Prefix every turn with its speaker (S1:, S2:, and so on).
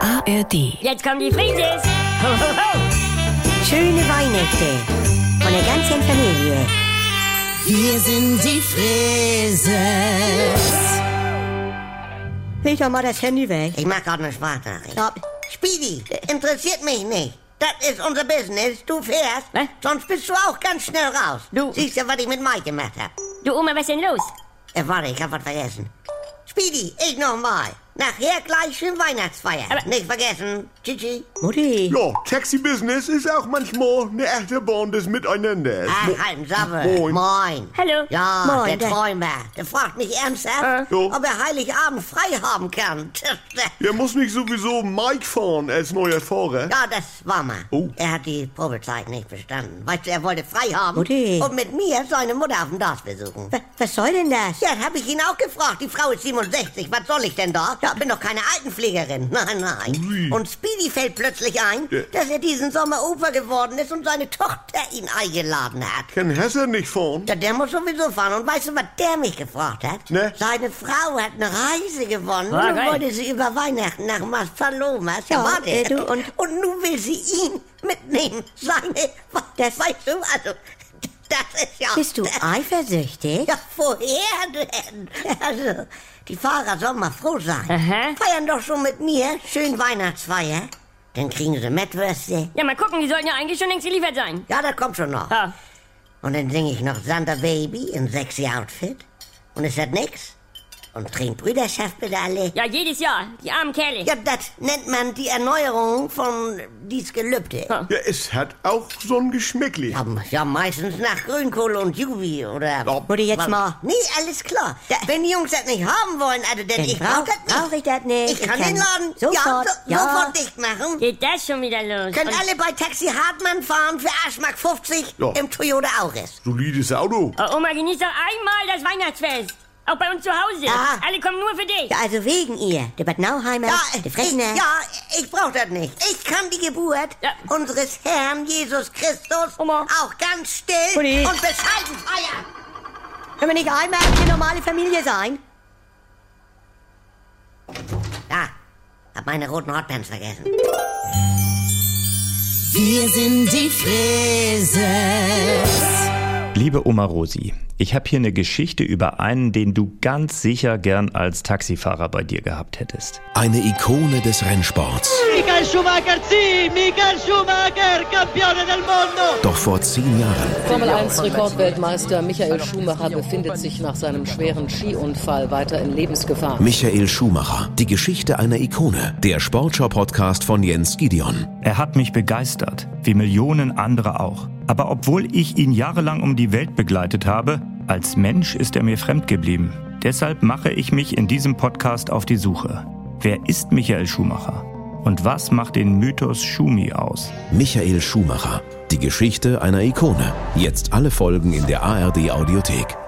S1: ARD.
S2: Jetzt kommen die Frieses. Ho, ho, ho.
S3: Schöne Weihnachten von der ganzen Familie.
S4: Wir sind die Fräses.
S3: Leg doch mal das Handy weg.
S5: Ich mach gerade eine Sprachnachricht.
S3: Stopp.
S5: Speedy, interessiert mich nicht. Das ist unser Business. Du fährst,
S2: Was?
S5: sonst bist du auch ganz schnell raus.
S2: Ne? Du-
S5: Siehst du, was ich mit Mike gemacht hab?
S2: Du Oma, was ist denn los?
S5: Äh, warte, ich hab was vergessen. Speedy, ich nochmal. Nachher gleich schön Weihnachtsfeier.
S2: Aber-
S5: nicht vergessen. Tschüssi.
S3: Mutti.
S6: Ja, Taxi-Business ist auch manchmal eine echte Bahn des Miteinanders.
S5: Ach,
S6: Äh, Mo-
S5: halt Sabbe.
S6: Moin.
S5: Moin.
S2: Hallo. Äh.
S5: Ja,
S3: Moin,
S5: der
S3: der-
S5: Träumer. Der fragt mich ernsthaft,
S6: Ja.
S5: ob er Heiligabend frei haben kann.
S6: Er muss nicht sowieso Mike fahren als neuer Fahrer.
S5: Ja, das war mal.
S6: Oh.
S5: Er hat die Probezeit nicht bestanden. Weißt du, er wollte frei haben
S3: Mutti.
S5: und mit mir seine Mutter auf dem Dorf besuchen.
S3: Wa- Was soll denn das?
S5: Ja, das habe ich ihn auch gefragt. Die Frau ist 67. Was soll ich denn da? Ich bin doch keine Altenpflegerin. Nein, nein.
S6: Ui.
S5: Und Speedy fällt plötzlich ein,
S6: Ja.
S5: dass er diesen Sommer Opa geworden ist und seine Tochter ihn eingeladen hat.
S6: Kann Hesse nicht fahren?
S5: Ja, der muss sowieso fahren. Und weißt du, was der mich gefragt hat?
S6: Ne?
S5: Seine Frau hat eine Reise gewonnen
S2: Ah,
S5: und nun
S2: geil.
S5: wollte sie über Weihnachten nach Maspalomas.
S3: Ja,
S5: Ja, warte.
S3: äh, du, und-
S5: und nun will sie ihn mitnehmen. Seine, das weißt du, also, das ist ja...
S3: Bist du eifersüchtig?
S5: Ja, woher denn? Also, die Fahrer sollen mal froh sein.
S2: Aha.
S5: Feiern doch schon mit mir. Schön Weihnachtsfeier. Dann kriegen sie Mettwürste.
S2: Ja, mal gucken, die sollten ja eigentlich schon längst geliefert sein.
S5: Ja, das kommt schon noch.
S2: Ha.
S5: Und dann singe ich noch Sander Baby im sexy Outfit. Und ist das nix? Und trinkt Brüderschaft bitte alle.
S2: Ja, jedes Jahr. Die armen Kerle.
S5: Ja, das nennt man die Erneuerung von äh, dies Gelübde.
S2: Ha.
S6: Ja, es hat auch so ein Geschmäckli.
S5: Ja, m- Ja, meistens nach Grünkohl und Jubi oder...
S6: Ja.
S3: Mutti, jetzt
S5: Was?
S3: mal.
S5: Nee, alles klar. Da, wenn die Jungs das nicht haben wollen, also denn
S3: Dann
S5: ich brauch
S3: brauch,
S5: das nicht.
S3: brauch ich das nicht.
S5: Ich kann den Laden
S3: Sofort.
S5: ja,
S3: Ja,
S5: so, sofort dicht machen.
S2: Geht das schon wieder los?
S5: Können
S2: Und-
S5: alle bei Taxi Hartmann fahren für Arschmark 50
S6: Ja.
S5: im Toyota Auris.
S6: Solides Auto.
S2: Oh, Oma, genieß doch einmal das Weihnachtsfest. Auch bei uns zu Hause.
S5: Ja.
S2: Alle kommen nur für dich.
S3: Ja, also wegen ihr. Der Bad Nauheimer,
S5: Ja,
S3: der
S5: ich,
S3: Frechner.
S5: ja, ich brauch das nicht. Ich kann die Geburt
S2: Ja.
S5: unseres Herrn Jesus Christus
S2: Oma.
S5: auch ganz still
S3: Mutti.
S5: und bescheiden feiern.
S3: Können wir nicht einmal eine normale Familie sein?
S5: Da, hab meine roten Hotpants vergessen.
S4: Wir sind die Fräses.
S7: Liebe Oma Rosi, ich habe hier eine Geschichte über einen, den du ganz sicher gern als Taxifahrer bei dir gehabt hättest.
S8: Eine Ikone des Rennsports.
S9: Michael Schumacher, sì, Michael Schumacher, campione del mondo!
S8: Doch vor zehn Jahren
S10: Formel 1 Rekordweltmeister Michael Schumacher befindet sich nach seinem schweren Skiunfall weiter in Lebensgefahr.
S8: Michael Schumacher. Die Geschichte einer Ikone. Der Sportschau-Podcast von Jens Gideon.
S7: Er hat mich begeistert, wie Millionen andere auch. Aber obwohl ich ihn jahrelang um die Welt begleitet habe, als Mensch ist er mir fremd geblieben. Deshalb mache ich mich in diesem Podcast auf die Suche. Wer ist Michael Schumacher? Und was macht den Mythos Schumi aus?
S8: Michael Schumacher. Die Geschichte einer Ikone. Jetzt alle Folgen in der ARD Audiothek.